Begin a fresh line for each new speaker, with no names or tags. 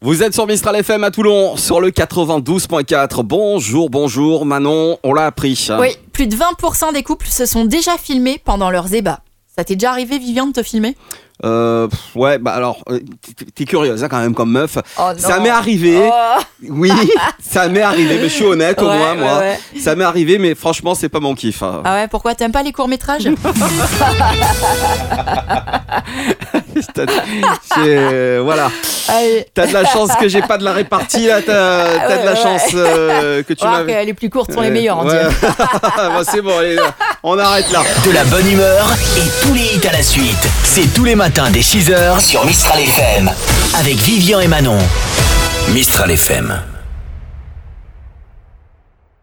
Vous êtes sur Mistral FM à Toulon, sur le 92.4. Bonjour, bonjour, Manon, on l'a appris.
Oui, plus de 20% des couples se sont déjà filmés pendant leurs ébats. Ça t'est déjà arrivé, Vivian, de te filmer
Euh, pff, ouais, bah alors, euh, t'es- t'es curieuse hein, quand même comme meuf.
Oh
Ça m'est arrivé, oui, ça m'est arrivé, mais je suis honnête au moins, moi. Ça m'est arrivé, mais franchement, c'est pas mon kiff. hein.
Ah ouais, pourquoi T'aimes pas les courts-métrages
C'est- c'est- voilà.
Allez,
T'as de la chance que j'ai pas de la répartie, là. T'as t'as de la
Ouais, ouais.
chance euh, que tu
voir que
m'avais.
les plus courtes sont les
Ouais,
meilleures, on
ouais.
dirait.
Bah, c'est bon, allez, on arrête là.
De la bonne humeur et tous les hits à la suite. C'est tous les matins dès 6h sur Mistral FM. Avec Vivian et Manon. Mistral FM.